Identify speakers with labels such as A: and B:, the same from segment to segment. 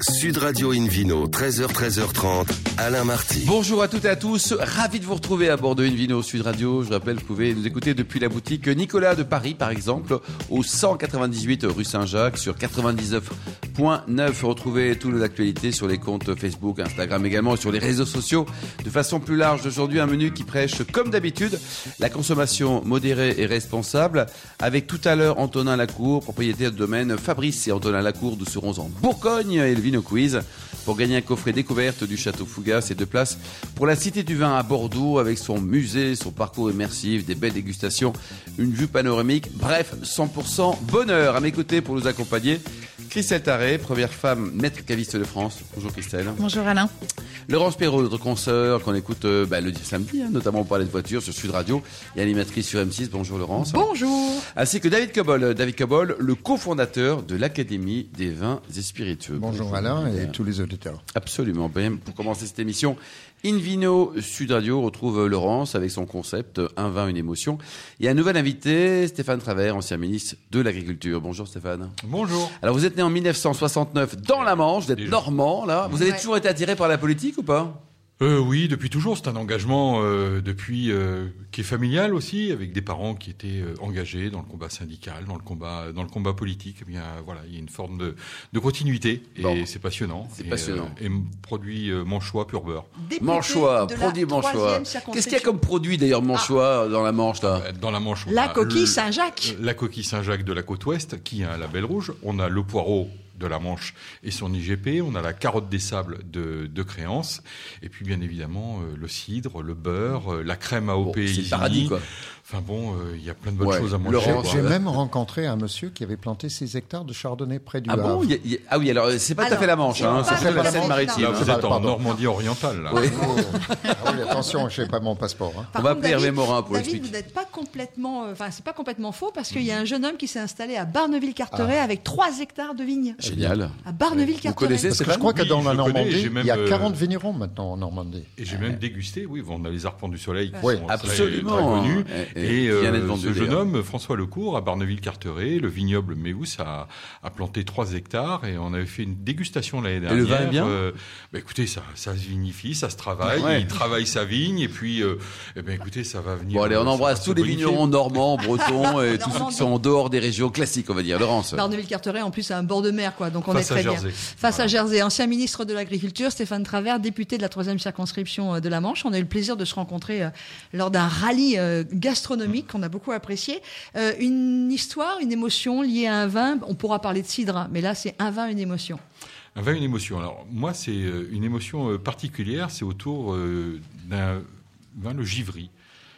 A: Sud Radio Invino, 13h, 13h30, Alain Marty.
B: Bonjour à toutes et à tous, ravi de vous retrouver à bord de Invino Sud Radio. Je rappelle que vous pouvez nous écouter depuis la boutique Nicolas de Paris, par exemple, au 198 rue Saint-Jacques, sur 99.9. Retrouvez toutes nos actualités sur les comptes Facebook, Instagram également, et sur les réseaux sociaux. De façon plus large, aujourd'hui, un menu qui prêche, comme d'habitude, la consommation modérée et responsable, avec tout à l'heure Antonin Lacour, propriétaire de domaine Fabrice et Antonin Lacour, nous serons en Bourgogne et le Vino Quiz pour gagner un coffret découverte du château Fougas et deux places pour la Cité du Vin à Bordeaux avec son musée, son parcours immersif, des belles dégustations, une vue panoramique, bref, 100% bonheur. À mes côtés pour nous accompagner, Christelle Taré, première femme maître caviste de France. Bonjour Christelle.
C: Bonjour Alain.
B: Laurence Perrault, notre consoeur qu'on écoute euh, bah, le samedi, hein, notamment pour parler de voiture sur Sud Radio et animatrice sur M6. Bonjour Laurence.
C: Bonjour.
B: Ainsi que David Cobol. David Cobol, le cofondateur de l'Académie des vins et spiritueux.
D: Bonjour Alain et tous les auditeurs.
B: Absolument. Ben, Pour commencer cette émission, Invino Sud Radio retrouve Laurence avec son concept euh, Un vin, une émotion. Et un nouvel invité, Stéphane Travers, ancien ministre de l'Agriculture. Bonjour Stéphane.
E: Bonjour.
B: Alors vous êtes né en 1969 dans la Manche, vous êtes normand là. Vous avez
C: Ouais.
B: toujours été attiré par la politique ou pas
E: Euh, oui, depuis toujours, c'est un engagement euh, depuis euh, qui est familial aussi, avec des parents qui étaient euh, engagés dans le combat syndical, dans le combat, dans le combat politique. Eh bien, voilà, il y a une forme de, de continuité et
B: Bon.
E: c'est passionnant.
B: C'est
E: Et,
B: passionnant.
E: euh, et m- produit euh, Manchois pur beurre.
F: Député
B: Manchois,
F: de la
B: produit Manchois.
F: troisième circonscription. Ah.
B: Qu'est-ce qu'il y a comme produit d'ailleurs Manchois dans la Manche là
E: Euh, Dans la Manche, on
B: Ah,
F: La
E: a
F: coquille
E: le-
F: Saint-Jacques.
E: euh, la coquille Saint-Jacques de la côte ouest, qui a un label rouge. On a le poireau de la Manche et son IGP. On a la carotte des sables de, de Créance. Et puis, bien évidemment, euh, le cidre, le beurre, euh, la crème AOP.
B: Bon, C'est le
E: Isigny.
B: paradis quoi.
E: Enfin bon, euh, il y a plein de bonnes
B: Ouais.
E: choses à manger.
D: J'ai
B: Laurent,
E: quoi.
D: j'ai
B: ouais.
D: même rencontré un monsieur qui avait planté 6 hectares de chardonnay près du
B: Ah
D: Havre.
B: bon Il y a- il y a- Ah oui, alors c'est pas tout à
F: Alors,
B: fait la Manche,
F: c'est
B: hein,
F: pas
B: c'est
D: tout à
B: très
D: fait la
B: la Seine-Maritime.
D: Manche.
E: Là, vous êtes en
D: Pardon.
E: Normandie orientale. Là.
B: Oui.
D: Oh. Ah oui, attention, je n'ai pas mon passeport. hein.
B: On
E: Ah,
F: Par
B: va
F: contre,
B: appeler
F: David-
B: Hervé Morin pour
F: David,
B: l'expliquer.
F: vous n'êtes pas complètement, euh, enfin, c'est pas complètement faux parce qu'il y a
B: Mm.
F: un jeune homme qui s'est installé à Barneville-Carteret avec 3 hectares de vignes.
B: Génial.
F: À
B: Vous
F: Barneville-Carteret.
B: Ah. connaissez
D: Parce que
B: Stéphane
D: je crois que
E: Oui,
D: dans
E: je
D: la
E: le connais,
D: Normandie,
E: j'ai même,
D: il y a
E: euh,
D: 40 vignerons maintenant en Normandie.
E: Et j'ai même dégusté, oui, on a les arpents du soleil qui
D: Oui.
E: sont très-
B: Absolument.
E: très connus.
B: Et- et
E: Et,
B: qui vient d'être
E: euh,
B: vendu,
E: ce jeune
B: d'ailleurs.
E: homme, François Lecourt, à Barneville-Carteret, le vignoble Méous, a, a planté 3 hectares et on avait fait une dégustation l'année
B: Et
E: dernière.
B: le vin est bien
E: Euh, bah, écoutez, ça, ça se vinifie, ça se travaille,
B: Ouais.
E: il travaille sa vigne et puis, euh, eh ben, écoutez, ça va venir.
B: Bon allez, on
E: ça
B: embrasse
E: va
B: tous
E: se
B: les
E: bonifier.
B: vignerons normands, bretons et tous ceux qui
F: Normandie.
B: sont en dehors des régions classiques, on va dire. Laurence.
F: Barneville-Carteret, en plus, c'est un bord de mer, quoi. Donc, on
E: Face
F: est
E: à
F: très bien.
E: Jersey.
F: Face à Jersey, ancien ministre de l'Agriculture, Stéphane Travers, député de la troisième circonscription euh, de la Manche. On a eu le plaisir de se rencontrer euh, lors d'un rallye euh, gastronomique qu'on a beaucoup apprécié. Euh, une histoire, une émotion liée à un vin. On pourra parler de cidre, hein, mais là, c'est un vin, une émotion.
E: Un vin, une émotion. Alors, moi, c'est euh, une émotion euh, particulière. C'est autour euh, d'un vin, le Givry.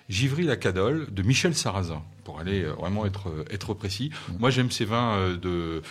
E: Givry la Cadole de Michel Sarrazin, pour aller euh, vraiment être, euh, être précis. Moi, j'aime ces vins euh, de,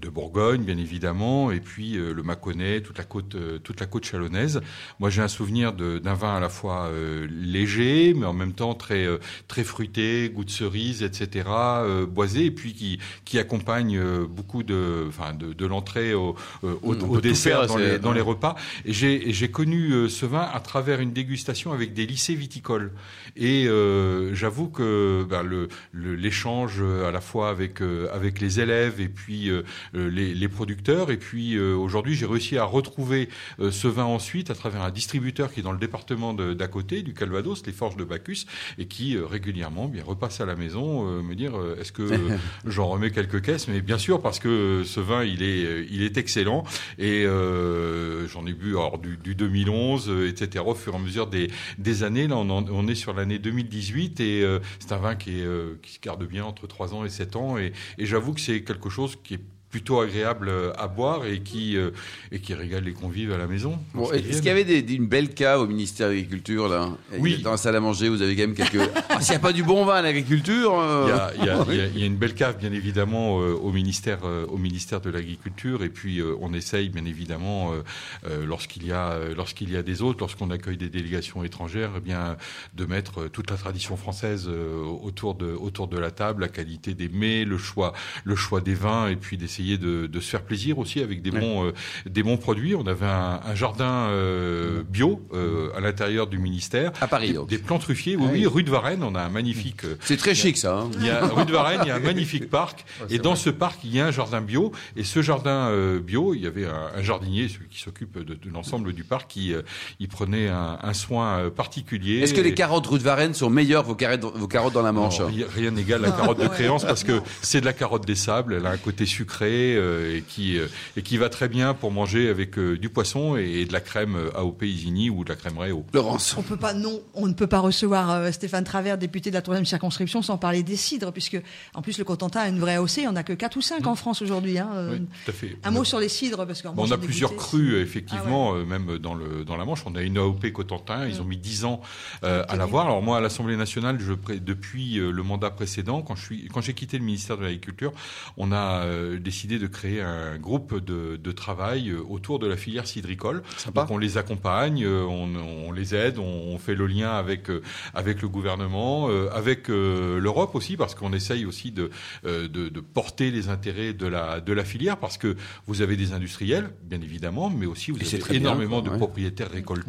E: de Bourgogne, bien évidemment, et puis euh, le Mâconnais, toute la côte, euh, toute la côte chalonnaise. Moi, j'ai un souvenir de- d'un vin à la fois euh, léger, mais en même temps très, euh, très fruité, goût de cerise, etc., euh, boisé, et puis qui, qui accompagne euh, beaucoup de, enfin, de, de l'entrée au, euh,
B: Mmh, on
E: au, au
B: peut tout
E: dessert
B: faire,
E: dans,
B: c'est-
E: les, dans les repas. Et j'ai et j'ai connu euh, ce vin à travers une dégustation avec des lycées viticoles. Et euh, j'avoue que bah, le- le- l'échange euh, à la fois avec, euh, avec les élèves et puis euh, euh, les, les producteurs. Et puis euh, aujourd'hui, j'ai réussi à retrouver euh, ce vin ensuite à travers un distributeur qui est dans le département de- d'à côté, du Calvados, les Forges de Bacchus, et qui euh, régulièrement bien, repasse à la maison euh, me dire euh, est-ce que euh, j'en remets quelques caisses Mais bien sûr, parce que euh, ce vin, il est, euh, il est excellent. Et euh, j'en ai bu alors, du, du 2011, euh, etc., au fur et à mesure des, des années. Là, on, en- on est sur l'année 2018 et euh, c'est un vin qui, est, euh, qui se garde bien entre 3 ans et 7 ans. Et, et j'avoue que c'est quelque chose qui est plutôt agréable euh, à boire et qui, euh, et qui régale les convives à la maison.
B: Bon,
E: Parce qu'ils
B: Est-ce qu'il y
E: viennent.
B: avait des- des- une belle cave au ministère de l'Agriculture là
E: Oui.
B: Dans la salle à manger, vous avez quand même quelques. Ah, S'il n'y a pas du bon vin à l'agriculture. euh,
E: Il y a, il y a- il y a- il y a une belle cave, bien évidemment, euh, au ministère, euh, au ministère de l'Agriculture. Et puis, euh, on essaye, bien évidemment, euh, euh, lorsqu'il y a, euh, lorsqu'il y a des autres, lorsqu'on accueille des délégations étrangères, eh bien, de mettre euh, toute la tradition française euh, autour de, autour de la table, la qualité des mets, le choix, le choix des vins, et puis d'essayer essayer de, de se faire plaisir aussi avec des bons, euh, des bons produits. On avait un, un jardin euh, bio euh, à l'intérieur du ministère.
B: À Paris,
E: Des-
B: donc.
E: Des plants truffiers, oui,
D: Ah oui. Mm.
E: oui, rue de Varennes, on a un magnifique... euh,
B: C'est très chic, ça. hein.
E: il y a, rue de Varennes, il y a un magnifique parc.
D: c'est
E: et dans ce parc, il y a un jardin bio. Et ce jardin euh, bio, il y avait un, un jardinier, celui qui s'occupe de, de l'ensemble du parc, qui euh, il prenait un, un soin euh, particulier.
B: Est-ce que les
E: Et-
B: carottes rue de Varennes sont meilleures vos carottes, vos carottes dans la
E: Non,
B: Manche hein
E: ri- rien n'égale la carotte de créance parce que c'est de la carotte des sables. Elle a un côté sucré euh, et qui euh, et qui va très bien pour manger avec euh, du poisson et, de la crème euh, AOP Isigny ou de la crème Réo.
B: Laurence
F: On peut pas, non, on ne peut pas recevoir euh, Stéphane Travers, député de la troisième circonscription, sans parler des cidres, puisque en plus le Cotentin a une vraie haussée, on a que 4 ou 5 en France aujourd'hui. hein, euh,
E: Oui, tout à fait.
F: Un mot sur les cidres, parce qu'en
E: Bon, on
F: moi,
E: a
F: j'ai
E: plusieurs
F: dégoûté.
E: crues, euh, effectivement, euh, même dans, le, dans la Manche. On a une AOP Cotentin, ils ont mis 10 ans euh, à l'avoir. Alors moi, à l'Assemblée nationale, je, pré- depuis euh, le mandat précédent, quand je suis quand j'ai quitté le ministère de l'Agriculture, on a euh, décidé de créer un groupe de, de travail euh, autour de la filière cidricole.
B: Sympa.
E: Donc on les accompagne, euh, on, on les aide, on, on fait le lien avec, euh, avec le gouvernement, euh, avec euh, l'Europe aussi, parce qu'on essaye aussi de, euh, de, de porter les intérêts de la, de la filière, parce que vous avez des industriels, bien évidemment, mais aussi vous
B: Et c'est très
E: avez
B: bien,
E: énormément
B: quoi,
E: de
B: ouais.
E: propriétaires récoltants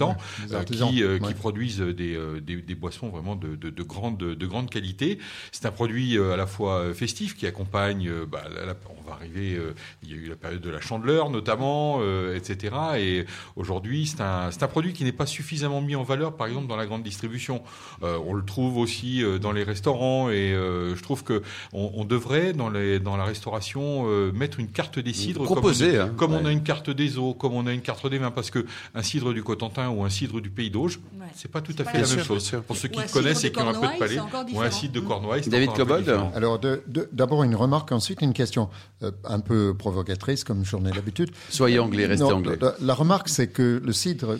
D: Ouais, des
E: euh,
D: artisans,
E: qui, euh,
D: ouais.
E: qui produisent des, euh, des, des boissons vraiment de, de, de, grande, de grande qualité. C'est un produit euh, à la fois euh, festif qui accompagne, euh, bah, la- la- on va arriver, euh, il y a eu la période de la chandeleur notamment, euh, etc. Et aujourd'hui, c'est un, c'est un produit qui n'est pas suffisamment mis en valeur, par exemple, dans la grande distribution. Euh, on le trouve aussi euh, dans les restaurants et euh, je trouve que on, on devrait, dans, les, dans la restauration, euh, mettre une carte des cidres. comme on-
B: Proposer, hein.
E: Comme on
B: Ouais.
E: a une carte des eaux, comme on a une carte des vins, parce que un cidre du Cotentin ou un cidre du Pays d'Auge,
F: Ouais.
E: c'est pas tout
F: C'est
E: à
F: pas
E: fait
B: la
E: la
B: même
E: même
B: chose.
E: chose. Pour ceux
F: Ou
E: qui
F: un cidre
E: connaissent
F: de
E: et qui ont un peu de
F: Cornouailles,
E: palais,
F: c'est encore
E: ou un
F: différent.
E: cidre de Cornouailles, c'est
B: David
E: encore un peu
B: Cobold
E: différent.
D: Alors, de- de- d'abord une remarque, ensuite une question euh, un peu provocatrice, comme j'en ai l'habitude.
B: Soyez anglais, restez
D: Non,
B: anglais.
D: La, la remarque, c'est que le cidre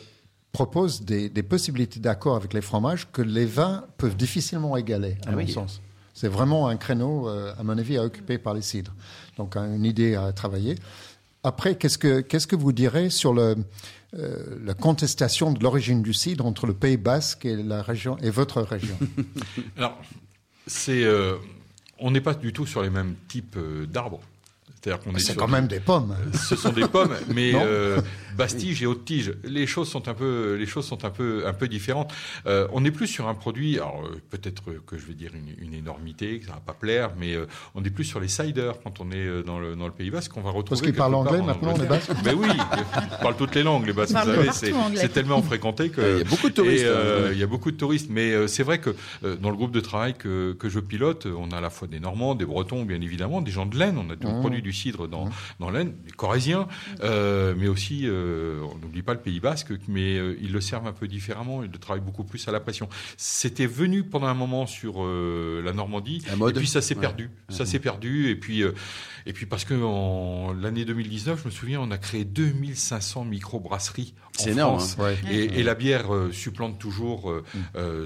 D: propose des, des possibilités d'accord avec les fromages que les vins peuvent difficilement égaler, à
B: Ah
D: mon
B: oui.
D: sens. C'est vraiment un créneau, euh, à mon avis, à occuper par les cidres. Donc, un- une idée à travailler. Après, qu'est-ce que, qu'est-ce que vous direz sur le, euh, la contestation de l'origine du cidre entre le Pays basque et, la région, et votre région
E: Alors, c'est, euh, on n'est pas du tout sur les mêmes types euh, d'arbres. C'est-à-dire
B: Ah,
E: qu'on est,
D: C'est
E: sur
D: quand
E: du-
D: même des pommes. hein.
E: ce sont des pommes, mais
D: Non.
E: euh, bastige et haute tige. Les choses sont un peu, les choses sont un peu, un peu différentes. Euh, on est plus sur un produit. Alors euh, peut-être que je vais dire une, une énormité, que ça va pas plaire, mais euh, on est plus sur les ciders quand on est euh, dans le dans le Pays Basque, qu'on va retrouver.
D: Parce qu'ils
E: quelque
D: parlent
E: part
D: anglais
E: en
D: maintenant, les
E: Angleterre. Mais oui, ils parlent toutes les langues, les Basques.
C: Ils parlent
E: Vous savez,
C: partout
E: c'est
C: anglais.
E: c'est tellement fréquenté que
B: Il y a beaucoup de touristes.
E: et, euh,
B: hein.
E: il y a beaucoup de touristes, mais euh, c'est vrai que euh, dans le groupe de travail que, que je pilote, euh, on a à la fois des Normands, des Bretons, bien évidemment, des gens de l'Aisne, on a on
D: Mmh.
E: produit du cidre dans, dans l'Aisne, des Corréziens, euh, mais aussi, euh, on n'oublie pas le Pays Basque, mais euh, ils le servent un peu différemment, ils le travaillent beaucoup plus à la pression. C'était venu pendant un moment sur euh, la Normandie,
B: La mode.
E: et puis ça s'est
B: Ouais. Mmh.
E: perdu, ça s'est perdu, et puis, euh, et puis parce que en l'année 2019, je me souviens, on a créé 2500 microbrasseries en
B: C'est énorme,
E: France.
B: hein.
D: Ouais.
E: Et, et la bière euh, supplante toujours euh, euh,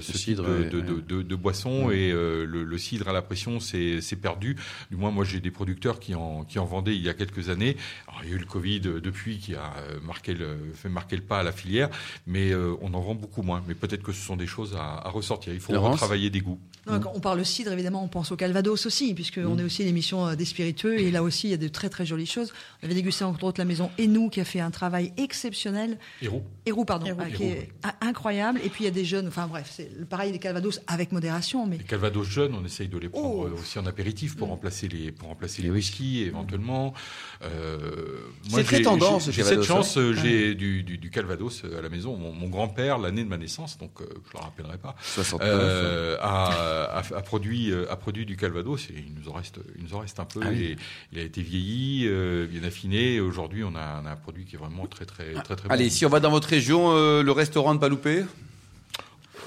B: Hum. Le
E: ce type
B: cidre,
E: de,
B: ouais,
E: de, de-
B: ouais.
E: de- de boisson et euh, le, le cidre à la pression, c'est c'est perdu. Du moins, moi, j'ai des producteurs qui en, qui en vendaient il y a quelques années. Alors, il y a eu le Covid euh, depuis qui a euh, marqué le, fait marquer le pas à la filière, mais euh, on en vend beaucoup moins. Mais peut-être que ce sont des choses à, à ressortir. Il faut
B: Laurence
E: retravailler des goûts.
B: Mm.
F: Non, quand on parle cidre, évidemment, on pense au Calvados aussi, puisqu'on est aussi une émission euh, des spiritueux, et là aussi, il y a de très très jolies choses. On avait dégusté entre autres la maison Enou, qui a fait un travail exceptionnel.
E: Héros.
F: Héroux, pardon,
C: Héroux.
F: ah, qui
E: Héroux,
F: est ah, incroyable. Et puis, il y a des jeunes, enfin bref, c'est le pareil des Calvados avec modération, mais
E: Les Calvados jeunes, on essaye de les prendre
F: Oh.
E: euh, aussi en apéritif pour remplacer les pour remplacer les
B: Eh oui.
E: whisky éventuellement. Euh,
B: C'est très
E: j'ai-
B: tendance,
E: j'ai-
B: le
E: J'ai cette
B: Calvados, hein.
E: chance, euh, j'ai du, du, du Calvados euh, à la maison. Mon, mon grand-père, l'année de ma naissance, donc euh, je le rappellerai pas,
B: 69.
E: euh, a, a- a produit euh, a produit du Calvados. Et il nous en reste il nous en reste un peu.
B: Ah oui.
E: et il a été vieilli, euh, bien affiné. Et Aujourd'hui, on a, on a un produit qui est vraiment très très très très.
B: Allez,
E: Ah bon.
B: si on va dans votre région, euh, le restaurant ne pas louper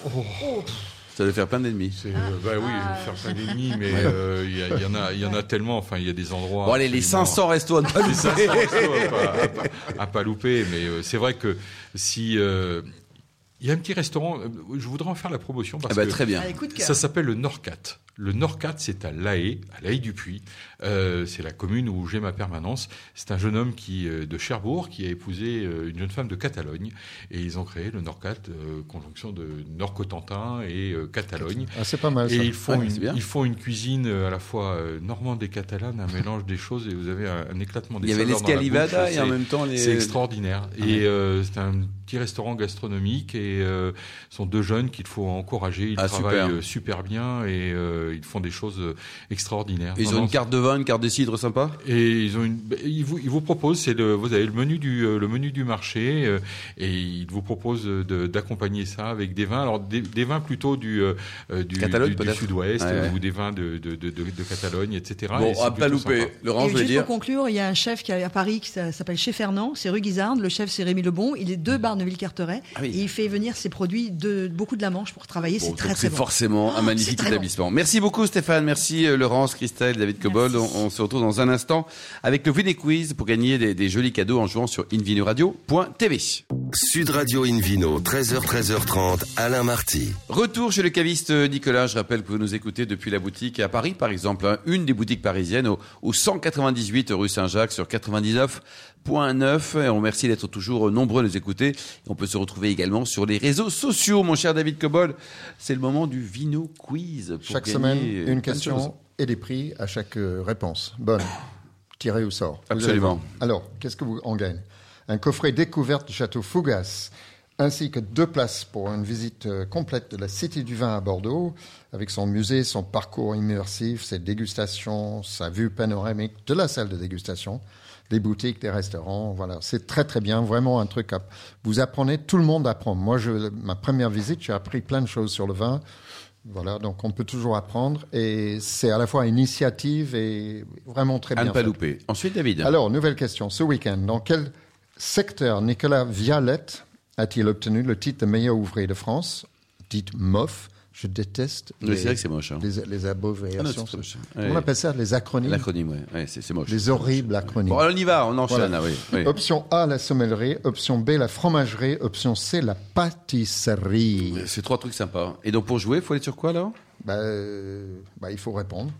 E: Oh.
B: Ça va faire plein d'ennemis.
E: C'est, euh, bah oui, je vais faire plein d'ennemis, mais euh, il y, a- il y en a, il y en a tellement. Enfin, il y a des endroits.
B: Bon, allez, les
E: absolument-
B: 500 restos à ne pas
E: Les
B: louper.
E: 500 restos à pas, à pas- à pas louper, mais euh, c'est vrai que si euh, il y a un petit restaurant, euh, je voudrais en faire la promotion parce
B: Eh ben,
E: que
F: ah,
B: très bien.
F: avec coup de cœur.
E: ça s'appelle le Norcat. Le Nordcat, c'est à La Haye, à La Haye-du-Puy. Euh, c'est la commune où j'ai ma permanence. C'est un jeune homme qui, euh, de Cherbourg qui a épousé euh, une jeune femme de Catalogne. Et ils ont créé le Nordcat, euh, conjonction de Nord-Cotentin et euh, Catalogne.
D: Ah, c'est pas mal.
E: Et
D: ça.
E: ils font,
B: Ah, c'est bien.
E: une, ils font une cuisine euh, à la fois euh, normande et catalane, un mélange des choses, et vous avez un, un éclatement des
B: Il y avait
E: saveurs dans la
B: l'escalivada
E: bouche,
B: et en
E: c'est-
B: même temps les.
E: C'est extraordinaire.
B: Ah
E: Et euh, c'est un petit restaurant gastronomique et euh, ce sont deux jeunes qu'il faut encourager. Ils
B: Ah,
E: travaillent
B: super.
E: euh, super bien et euh, ils font des choses euh, extraordinaires.
B: Ils
E: Non,
B: ont
E: non,
B: une carte de vin, une carte de cidre sympa
E: et ils ont une, ils vous, ils vous proposent, c'est le, vous avez le menu du, euh, le menu du marché, euh, et ils vous proposent de- d'accompagner ça avec des vins, alors des, des vins plutôt du, euh, du,
B: Catalogne,
E: du- du
B: peut-être.
E: sud-ouest
B: Ouais, ouais.
E: ou des vins de, de, de, de, de Catalogne, etc.
B: Bon,
E: Et c'est
B: à pas
E: plutôt
B: louper.
E: sympa.
B: Laurent,
F: Et
B: je vais
F: juste
B: dire.
F: pour conclure, il y a un chef qui est à Paris qui s'a- s'appelle Chez Fernand, c'est rue Guizarde, le chef c'est Rémi Lebon, il est de Barneville-Carteret,
B: Mm. Ah oui.
F: et il fait venir ses produits de beaucoup de la Manche pour travailler,
B: Bon,
F: c'est très
B: donc
F: très
B: c'est
F: bon.
B: forcément un
F: Oh, c'est
B: magnifique
F: très bon.
B: établissement. Merci beaucoup Stéphane, merci euh, Laurence, Christelle, David Cobold. On,
F: Merci.
B: on se retrouve dans un instant avec le Vinet Quiz pour gagner des, des jolis cadeaux en jouant sur invinoradio.tv.
A: Sud Radio Invino, 13h, 13h30, Alain Marty.
B: Retour chez le caviste Nicolas. Je rappelle que vous nous écoutez depuis la boutique à Paris, par exemple, hein, une des boutiques parisiennes au, au 198 rue Saint-Jacques sur 99.9. Et on remercie d'être toujours nombreux à nous écouter. Et on peut se retrouver également sur les réseaux sociaux, mon cher David Cobol. C'est le moment du Vino Quiz. pour
D: Chaque
B: gagner
D: semaine,
B: plein de
D: une
B: choses.
D: question et des prix à chaque euh, réponse. Bonne. Tirez au sort. Vous allez
B: Absolument.
D: voir. Alors, qu'est-ce que vous en gagnez Un coffret découverte du château Fougas, ainsi que deux places pour une visite euh, complète de la Cité du Vin à Bordeaux, avec son musée, son parcours immersif, ses dégustations, sa vue panoramique de la salle de dégustation, les boutiques, les restaurants. Voilà, c'est très très bien, vraiment un truc. À... Vous apprenez, tout le monde apprend. Moi, je, ma première visite, j'ai appris plein de choses sur le vin. Voilà, donc on peut toujours apprendre et c'est à la fois initiative et vraiment très
B: À
D: bien.
B: ne pas
D: fait.
B: louper. Ensuite, David.
D: Alors, nouvelle question. Ce week-end, dans quel secteur Nicolas Vialette a-t-il obtenu le titre de meilleur ouvrier de France Dites MOF. Je déteste
B: Oui, c'est vrai que c'est moche, hein.
D: les, les
B: Ah non, c'est
D: abréviations.
B: très moche.
D: On
B: Ouais.
D: appelle ça les acronymes,
B: L'acronyme, ouais. Ouais, c'est c'est moche.
D: les horribles acronymes.
B: Bon, on y va, on enchaîne.
D: Voilà.
B: ah oui, oui.
D: Option A, la sommellerie. Option B, la fromagerie. Option C, la pâtisserie.
B: C'est trois trucs sympas. Et donc, pour jouer, il faut aller sur quoi, là
D: Bah, euh, bah, il faut répondre.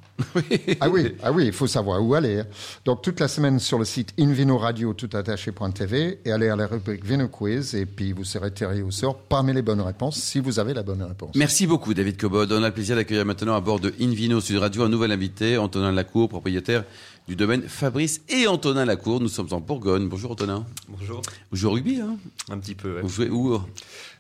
D: ah oui, ah oui, il faut savoir où aller. hein. Donc toute la semaine sur le site invinoradio toutattaché.tv et aller à la rubrique Vino Quiz et puis vous serez tiré au sort parmi les bonnes réponses si vous avez la bonne réponse.
B: Merci beaucoup, David Cobod. On a le plaisir d'accueillir maintenant à bord de Invino Sud Radio un nouvel invité, Antonin Lacour, propriétaire du domaine Fabrice et Antonin Lacour. Nous sommes en Bourgogne. Bonjour, Antonin.
C: Bonjour,
B: Vous jouez au rugby, hein
C: un petit peu. ouais.
B: Vous jouez où euh,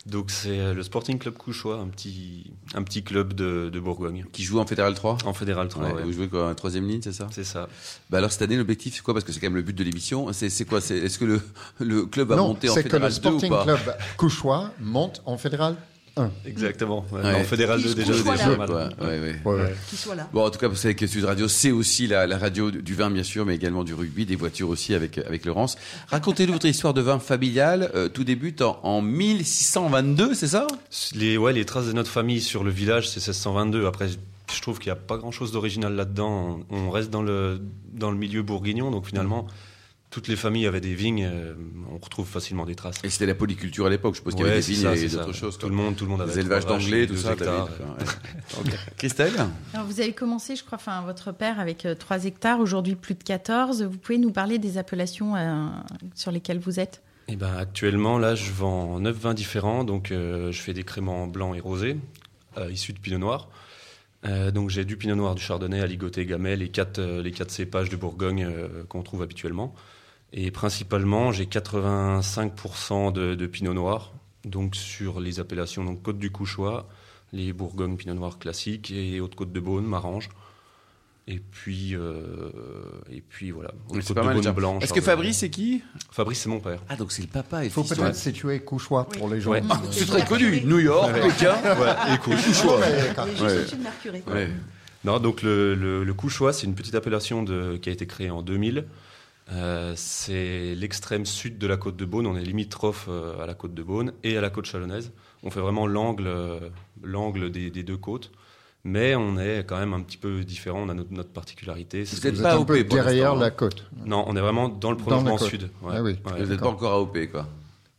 C: Donc c'est euh, le Sporting Club Couchois, un petit, un petit club de, de Bourgogne,
B: Qui joue en Fédéral 3
C: en Fédéral 3.
B: Ouais,
C: ouais.
B: Vous jouez quoi En troisième ligne, c'est ça
C: C'est ça.
B: bah Alors, cette année, l'objectif, c'est quoi Parce que c'est quand même le but de l'émission. C'est c'est quoi C'est- Est-ce que le, le club a
D: non,
B: monté en
D: c'est que le
B: Fédéral 2 ou
D: Sporting
B: pas
D: Club Couchois monte en fédéral 1.
C: Exactement. Ouais,
B: Ouais.
C: En Fédéral 2
F: Qui
C: déjà,
F: se
C: c'est
F: couche,
C: pas
F: voilà.
C: mal.
B: Ouais, ouais, ouais.
D: Ouais, ouais.
F: Qu'il soit là.
B: Bon, en tout cas, vous savez que Sud Radio, c'est aussi la, la radio du, du vin, bien sûr, mais également du rugby, des voitures aussi avec, avec Laurence. Racontez-nous votre histoire de vin familial. Euh, tout débute en, en 1622, c'est ça
C: Les, ouais, les traces de notre famille sur le village, c'est 1622. Après, je trouve qu'il n'y a pas grand-chose d'original là-dedans. On, on reste dans le, dans le milieu bourguignon, donc finalement, toutes les familles avaient des vignes. euh, on retrouve facilement des traces.
B: Et c'était la polyculture à l'époque, je suppose qu'il y
C: Ouais,
B: avait des
C: c'est
B: vignes
C: ça,
B: et
C: c'est
B: d'autres
C: ça.
B: choses.
C: Tout
B: quoi.
C: le monde, tout le monde avait
B: Des élevages
C: trois vaches,
B: d'anglais, tout
C: deux
B: ça,
C: hectares.
B: David. Enfin, ouais. Christelle
G: Alors, vous avez commencé, je crois, enfin, votre père avec euh, 3 hectares, aujourd'hui plus de 14. Vous pouvez nous parler des appellations euh, sur lesquelles vous êtes
C: Eh ben, actuellement, là, je vends 9 vins différents. Donc, euh, je fais des créments blancs et rosés, euh, issus de pinot noir. Euh, donc, j'ai du pinot noir, du chardonnay, aligoté, gamay, les quatre, euh, les quatre cépages de Bourgogne euh, qu'on trouve habituellement. Et principalement, j'ai 85% de, de pinot noir. Donc, sur les appellations donc Côte du Couchois, les Bourgognes pinot noir classique et Haute-Côte de Beaune, Marange. Et puis, euh, et puis voilà.
B: C'est
C: Haute-Côte
B: pas
C: de
B: mal,
C: Beaune
B: déjà.
C: blanc,
B: Est-ce que
C: Chardonnay.
B: Fabrice, c'est qui
C: Fabrice, c'est mon père.
B: Ah, donc c'est le papa.
D: Il faut peut-être situer Couchois pour les gens.
C: Ouais.
B: Ah, c'est très connu. New York, Pékin.
C: Ouais,
F: Il
D: Ouais, d'accord.
C: écoute,
F: est juste
B: Ouais.
F: au-dessus de Mercurey.
B: Ouais.
C: Non, donc le, le, le Couchois, c'est une petite appellation de- qui a été créée en 2000. Euh, c'est l'extrême sud de la côte de Beaune. On est limitrophe euh, à la côte de Beaune et à la côte chalonnaise. On fait vraiment l'angle, euh, l'angle des, des deux côtes. Mais on est quand même un petit peu différent. On a notre, notre particularité.
B: Vous
C: C'est-
B: êtes
D: Vous êtes
B: Pas
D: un
B: au
D: peu
B: P pour
D: derrière
B: l'instant, hein.
D: la côte.
C: Non, on est vraiment dans le
D: Dans la
C: prolongement
D: côte.
C: sud.
D: Ah oui.
B: Vous n'êtes pas encore AOP, quoi.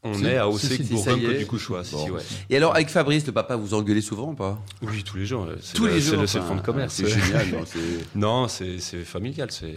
C: On
B: Si,
C: est à
B: si, si,
C: Ossé
B: si,
C: pour
B: ça y
C: que
B: est.
C: du Couchois. si,
B: Bon.
C: si, ouais.
B: Et alors, avec Fabrice, le papa, vous engueulez souvent ou pas
C: Oui, tous les jours. euh, c'est
B: Tous
C: le-
B: les
C: C'est
B: jours.
C: le c'est le
B: enfin,
C: fond de commerce.
B: C'est génial. non, c'est-
C: Non, c'est c'est familial. C'est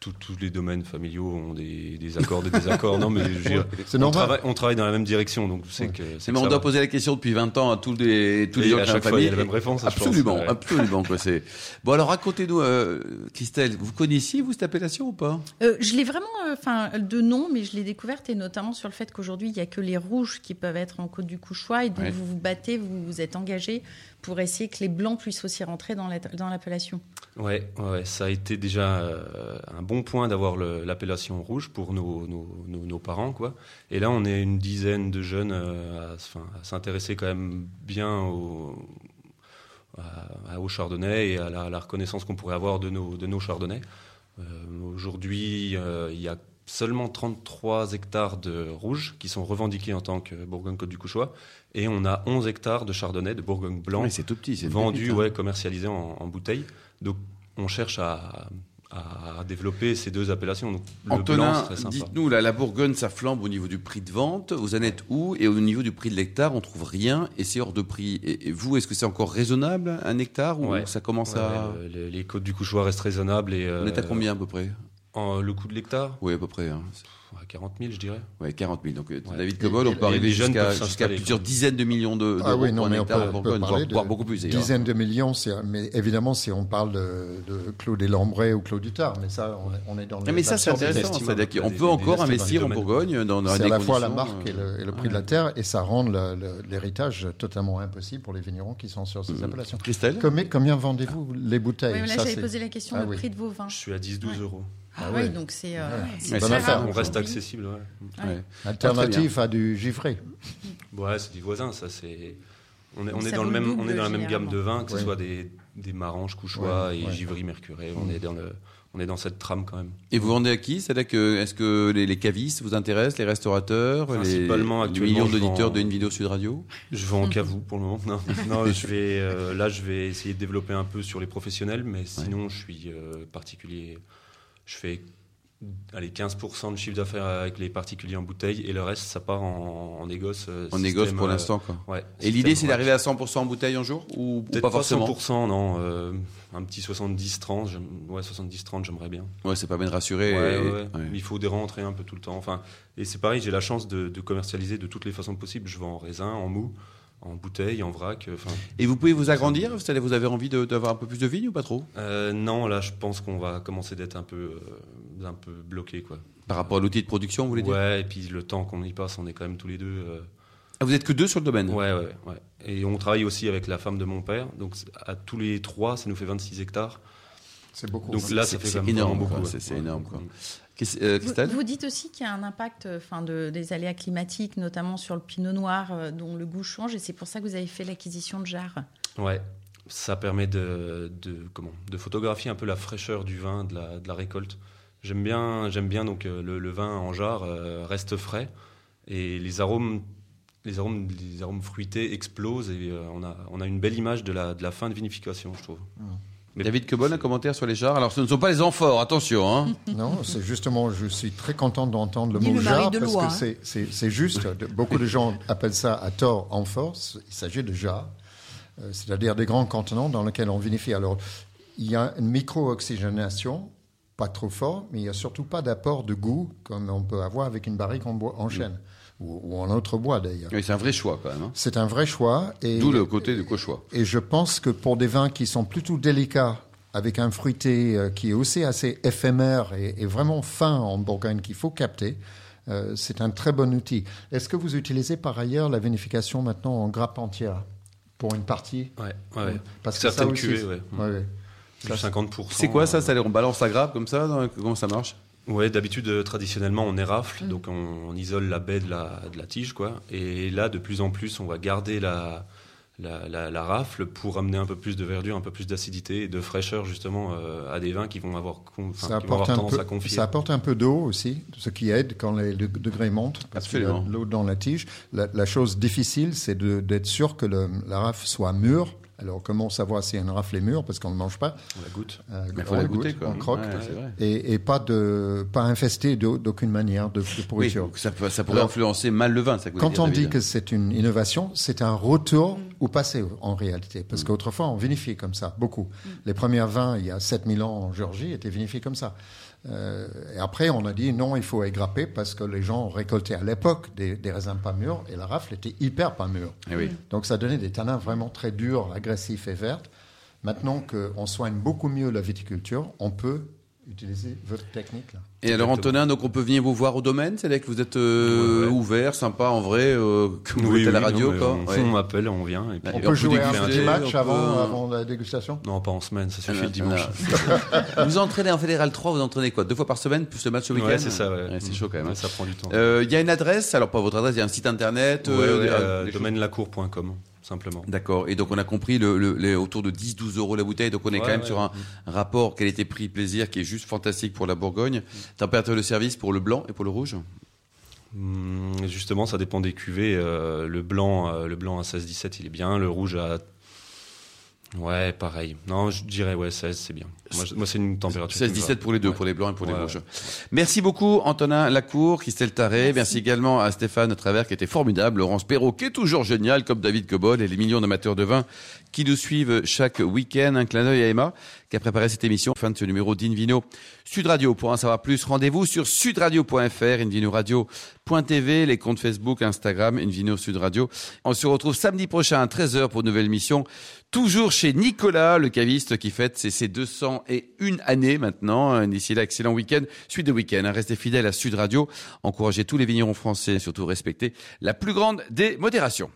C: tout- tous les domaines familiaux ont des, des accords, des désaccords. Non, mais je veux dire,
D: C'est
C: on,
D: normal.
C: travaille, on travaille dans la même direction, donc c'est que. c'est
B: Mais
C: que
B: on
C: ça
B: doit
C: va.
B: poser la question depuis 20 ans à tous les, tous
C: Et
B: les gens
C: à
B: qui ont
C: chaque
B: la
C: fois, il y
B: famille.
C: a la même réponse, je pense,
B: Absolument,
C: ouais.
B: absolument. Quoi, c'est... Bon, alors racontez-nous, euh, Christelle, vous connaissiez, vous, cette appellation ou pas
G: Euh, je l'ai vraiment, enfin, de nom, mais je l'ai découverte et notamment sur le fait qu'aujourd'hui, il n'y a que les rouges qui peuvent être en Côte du Couchois et donc
B: Ouais.
G: vous vous battez, vous vous êtes engagé pour essayer que les blancs puissent aussi rentrer dans la- dans l'appellation.
C: Ouais, ouais, ça a été déjà euh, un bon point d'avoir le- l'appellation rouge pour nos, nos, nos- nos parents, quoi. Et là, on est une dizaine de jeunes euh, à, s- 'fin, à s'intéresser quand même bien au, à- à- au chardonnay et à la, à la reconnaissance qu'on pourrait avoir de nos, de nos chardonnays. Euh, Aujourd'hui, euh, il y a seulement 33 hectares de rouge qui sont revendiqués en tant que Bourgogne-Côte du Couchois, et on a 11 hectares de chardonnay de Bourgogne blanc
B: Mais c'est tout petit, c'est
C: vendu,
B: une hein.
C: ouais,
B: pépite,
C: commercialisé en, en bouteille. Donc, on cherche à, à développer ces deux appellations. Donc,
B: hein.
C: le blanc,
B: Antonin,
C: c'est très sympa.
B: dites-nous, là, la Bourgogne, ça flambe au niveau du prix de vente. Vous en êtes où Et au niveau du prix de l'hectare, on trouve rien et c'est hors de prix. Et, et vous, est-ce que c'est encore raisonnable, un hectare, ou
C: Ouais.
B: ça commence
C: Ouais,
B: à...
C: le- les, les côtes du couchoir restent raisonnables. Et,
B: On est à
C: euh,
B: combien, à peu près
C: en- Le coût de l'hectare
B: Oui, à peu près. hein.
C: À 40 000, je dirais.
B: Ouais, 40 000. Donc, euh,
C: Ouais.
B: David Cobol, on
C: et
B: peut arriver
C: les jeunes
B: jusqu'à
C: peuvent
B: jusqu'à
C: s'installer,
B: plusieurs
C: quoi.
B: dizaines de millions de,
D: Ah
B: d'euros
D: oui, non,
B: pour un
D: mais on
B: hectare
D: peut-
B: à
D: peut
B: Bourgogne,
D: parler
B: voire,
D: de
B: voire beaucoup plus. d'ailleurs.
D: Dizaines de millions, c'est, mais évidemment, si on parle de, de Claude Elambret ou Claude Dutard, mais ça, on, est- on est dans le.
B: Ah, mais ça, c'est intéressant.
C: estimables,
B: C'est-à-dire qu'on
C: des-
B: peut
C: des
B: encore
C: estimables
B: investir
C: du
B: en
C: domaine.
B: Bourgogne dans, dans
D: C'est
B: des
D: à la fois la
B: conditions,
D: marque et
B: euh,
D: le, et le prix de la terre, et ça rend le- le- l'héritage totalement impossible pour les vignerons qui sont sur ces
B: Mm.
D: appellations.
B: Christelle
D: Combien, combien vendez-vous les bouteilles
G: Oui, mais là,
D: Ah Ça,
G: j'avais
D: c'est-
G: posé la question,
D: Ah
G: le
D: oui.
G: prix de vos vins.
C: Je suis à 10-12
G: Ouais.
C: euros.
G: Ah,
D: Ah
G: oui,
D: ouais.
G: donc c'est. euh,
D: Ouais.
G: c'est
B: Bonne
G: très
D: affaire.
G: rare
C: On reste
G: aujourd'hui.
C: accessible, ouais.
G: Ouais.
D: Alternative à du givré.
C: Ouais, c'est des voisins, ça. C'est... On est, on
G: Ça
C: est dans,
G: vaut
C: le
G: le
C: même, on
G: double,
C: est dans la même gamme
G: généralement.
C: de vins, que
D: Ouais.
C: ce soit des, des Maranges, Couchois
D: Ouais,
C: et
D: ouais.
C: Givry, Mercurey. On, est dans le, on est dans cette trame quand même.
B: Et vous vendez à qui C'est-à-dire que est-ce que les, les cavistes vous intéressent, les restaurateurs, les-
C: Principalement,
B: les,
C: actuellement,
B: millions
C: je
B: d'auditeurs
C: vends-
B: d'une vidéo Sud Radio
C: Je vends qu'à vous pour le moment. Non, non je vais, euh, là, je vais essayer de développer un peu sur les professionnels, mais sinon, je suis euh, particulier. Je fais allez, 15% de chiffre d'affaires avec les particuliers en bouteille et le reste, ça part en, en négoce. euh,
B: On
C: système,
B: négocie pour
C: euh,
B: l'instant. quoi.
C: ouais,
B: Et l'idée, c'est
C: système,
B: d'arriver à 100% en bouteille un jour ou, ou
C: Peut-être
B: pas forcément
C: 100%, non. euh, un petit 70-30, j'aime- ouais, 70-30, j'aimerais bien.
B: Ouais, c'est pas bien de rassurer.
C: Ouais,
B: et-
C: ouais, ouais.
B: ouais.
C: Il faut des rentrées un peu tout le temps. Enfin, et c'est pareil, j'ai la chance de, de commercialiser de toutes les façons possibles. Je vends en raisin, en mou, en bouteille, en vrac. euh, Enfin,
B: Et vous pouvez vous agrandir C'est-à-dire, vous avez envie de- d'avoir un peu plus de vignes ou pas trop
C: euh, non, là, je pense qu'on va commencer d'être un peu, euh, un peu bloqué, quoi.
B: Par rapport à l'outil de production, vous voulez dire
C: Ouais, et puis le temps qu'on y passe, on est quand même tous les deux. euh,
B: Ah, Vous êtes que deux sur le domaine
C: Ouais, ouais, ouais. Et on travaille aussi avec la femme de mon père. Donc, c'est- à tous les trois, ça nous fait 26 hectares.
D: C'est beaucoup.
C: Donc là, ça
B: Oh, c'est-
C: fait quand
B: c'est
C: même
B: énorme,
C: vraiment
B: quoi.
C: beaucoup.
B: C'est- c'est
C: Ouais.
B: énorme, quoi. Qu'est-ce- euh,
G: Vous,
B: Christelle
G: vous dites aussi qu'il y a un impact euh, enfin, de, des aléas climatiques, notamment sur le pinot noir, euh, dont le goût change, et c'est pour ça que vous avez fait l'acquisition de jarres.
C: Ouais, ça permet de, de- comment, de photographier un peu la fraîcheur du vin, de la, de la récolte. J'aime bien, j'aime bien donc euh, le, le vin en jarre euh, reste frais et les arômes, les arômes, les arômes fruités explosent et euh, on, a, on a une belle image de la, de la fin de vinification, je trouve. Mais
B: David Cobol, un
C: c'est-
B: commentaire sur les chars. Alors, ce ne sont pas les amphores, attention. Hein.
D: Non, c'est justement, je suis très content d'entendre le
F: Ni
D: mot
F: le mari
D: jarre
F: de
D: parce
F: loi,
D: que
F: hein.
D: c'est- c'est c'est juste. De- Beaucoup de gens appellent ça à tort en force. Il s'agit de jarre, euh, c'est-à-dire des grands contenants dans lesquels on vinifie. Alors, il y a une micro-oxygénation, pas trop fort, mais il n'y a surtout pas d'apport de goût comme on peut avoir avec une barrique en, bois,
B: Mm.
D: en chêne ou, ou en autre bois d'ailleurs.
B: Oui, c'est un vrai choix, quand même. hein.
D: C'est un vrai choix. et-
B: D'où le côté de cochois.
D: et je pense que pour des vins qui sont plutôt délicats, avec un fruité euh, qui est aussi assez éphémère et, et vraiment fin en Bourgogne qu'il faut capter, euh, c'est un très bon outil. Est-ce que vous utilisez par ailleurs la vinification maintenant en grappe entière pour une partie
C: Ouais, ouais, ouais.
D: Parce que
C: Certaines
D: ça aussi,
C: cuvées, ouais.
D: Ouais, ouais.
C: Plus 50%.
B: C'est quoi ça,
C: euh,
B: ça On balance la grappe comme ça dans- Comment ça marche
C: Ouais, d'habitude, euh, traditionnellement, on érafle, donc on, on isole la baie de la, de la tige, quoi. Et là, de plus en plus, on va garder la, la, la- la rafle pour amener un peu plus de verdure, un peu plus d'acidité et de fraîcheur, justement, euh, à des vins qui vont avoir, con-
D: Ça
C: enfin, qui vont avoir
D: apporte, un
C: tendance
D: peu,
C: à confier.
D: ça apporte un peu d'eau aussi, ce qui aide quand les de- degrés montent, parce qu'il y a
B: Absolument.
D: de l'eau dans la tige. La, la chose difficile, c'est de- d'être sûr que le- la rafle soit mûre Alors, comment savoir si elle rafle est mûre Parce qu'on ne mange pas.
C: On la goûte.
D: Euh,
B: Mais
D: on
B: faut la
D: le goûte,
B: goûter, quoi.
D: on croque.
B: Ouais, c'est vrai.
D: et, et pas, de, pas infesté d'au- d'aucune manière de, de
B: Oui,
D: pourriture.
B: donc ça, peut- ça pourrait
D: Alors,
B: influencer mal le vin, ça que vous
D: Quand
B: dites,
D: on
B: David.
D: dit que c'est une innovation, c'est un retour au passé en réalité.
B: Mm.
D: Parce qu'autrefois, on vinifiait comme ça, beaucoup. Les premiers vins, il y a 7000 ans en Géorgie, étaient vinifiés comme ça. Euh, et après, on a dit non, il faut égrapper parce que les gens récoltaient à l'époque des, des raisins pas mûrs et la rafle était hyper pas mûre.
B: Eh oui.
D: Donc ça donnait des tanins vraiment très durs, agressifs et verts. Maintenant qu'on soigne beaucoup mieux la viticulture, on peut utiliser votre technique là.
B: Et alors Antonin, donc on peut venir vous voir au domaine, c'est-à-dire que vous êtes euh,
C: Ouais, ouais.
B: ouvert, sympa en vrai, euh, que vous
C: Oui,
B: êtes à la
C: oui,
B: radio,
C: non, mais
B: quoi.
C: On,
B: Ouais.
C: on m'appelle, on vient. et puis
D: On
B: Et
D: peut
B: on peut
D: jouer un
B: déguster,
D: petit match
B: on peut- euh,
D: avant, avant la dégustation
C: Non, pas en semaine, ça
B: Ah,
C: suffit le dimanche.
B: Voilà. vous entraînez en fédéral 3, vous entraînez quoi Deux fois par semaine plus le match le week-end
C: Ouais, c'est ça, ouais.
B: c'est chaud quand même.
C: Ouais,
B: hein.
C: Ça prend du temps.
B: Euh, Il y a une adresse, alors pas votre adresse, il y a un site internet.
C: Ouais,
B: euh,
C: ouais,
B: des-
C: euh,
B: des choses-
C: domainelacour.com, simplement.
B: D'accord, et donc on a compris le, le- les- autour de 10-12 euros la bouteille, donc on est
C: Ouais,
B: quand même
C: ouais.
B: sur un rapport qualité-prix-plaisir qui est juste fantastique pour la Bourgogne.
C: Mm.
B: Température de service pour le blanc et pour le rouge
C: Hum, Justement, ça dépend des cuvées. euh, le, blanc, euh, le blanc à 16-17, il est bien. Le rouge à. Ouais, pareil. Non, je dirais ouais, 16, c'est bien. Moi, je- moi, c'est une température. qui me va.
B: 16-17 pour les deux,
C: Ouais.
B: pour les blancs et pour les
C: Ouais,
B: rouges. Merci beaucoup Antonin Lacour, Christelle Taré. Merci. également à Stéphane Travers qui était formidable, Laurence Perrault qui est toujours génial comme David Cobol et les millions d'amateurs de vin qui nous suivent chaque week-end. Un clin d'œil à Emma qui a préparé cette émission. Fin de ce numéro d'Invino Sud Radio. Pour en savoir plus, rendez-vous sur sudradio.fr, invinoradio.tv, les comptes Facebook, Instagram, Invino Sud Radio. On se retrouve samedi prochain à 13h pour une nouvelle émission. Toujours chez Nicolas, le caviste qui fête ses, ses 201 années maintenant. Euh, D'ici là, excellent week-end. Suite de week-end. hein. Restez fidèles à Sud Radio. Encouragez tous les vignerons français et surtout respectez la plus grande des modérations.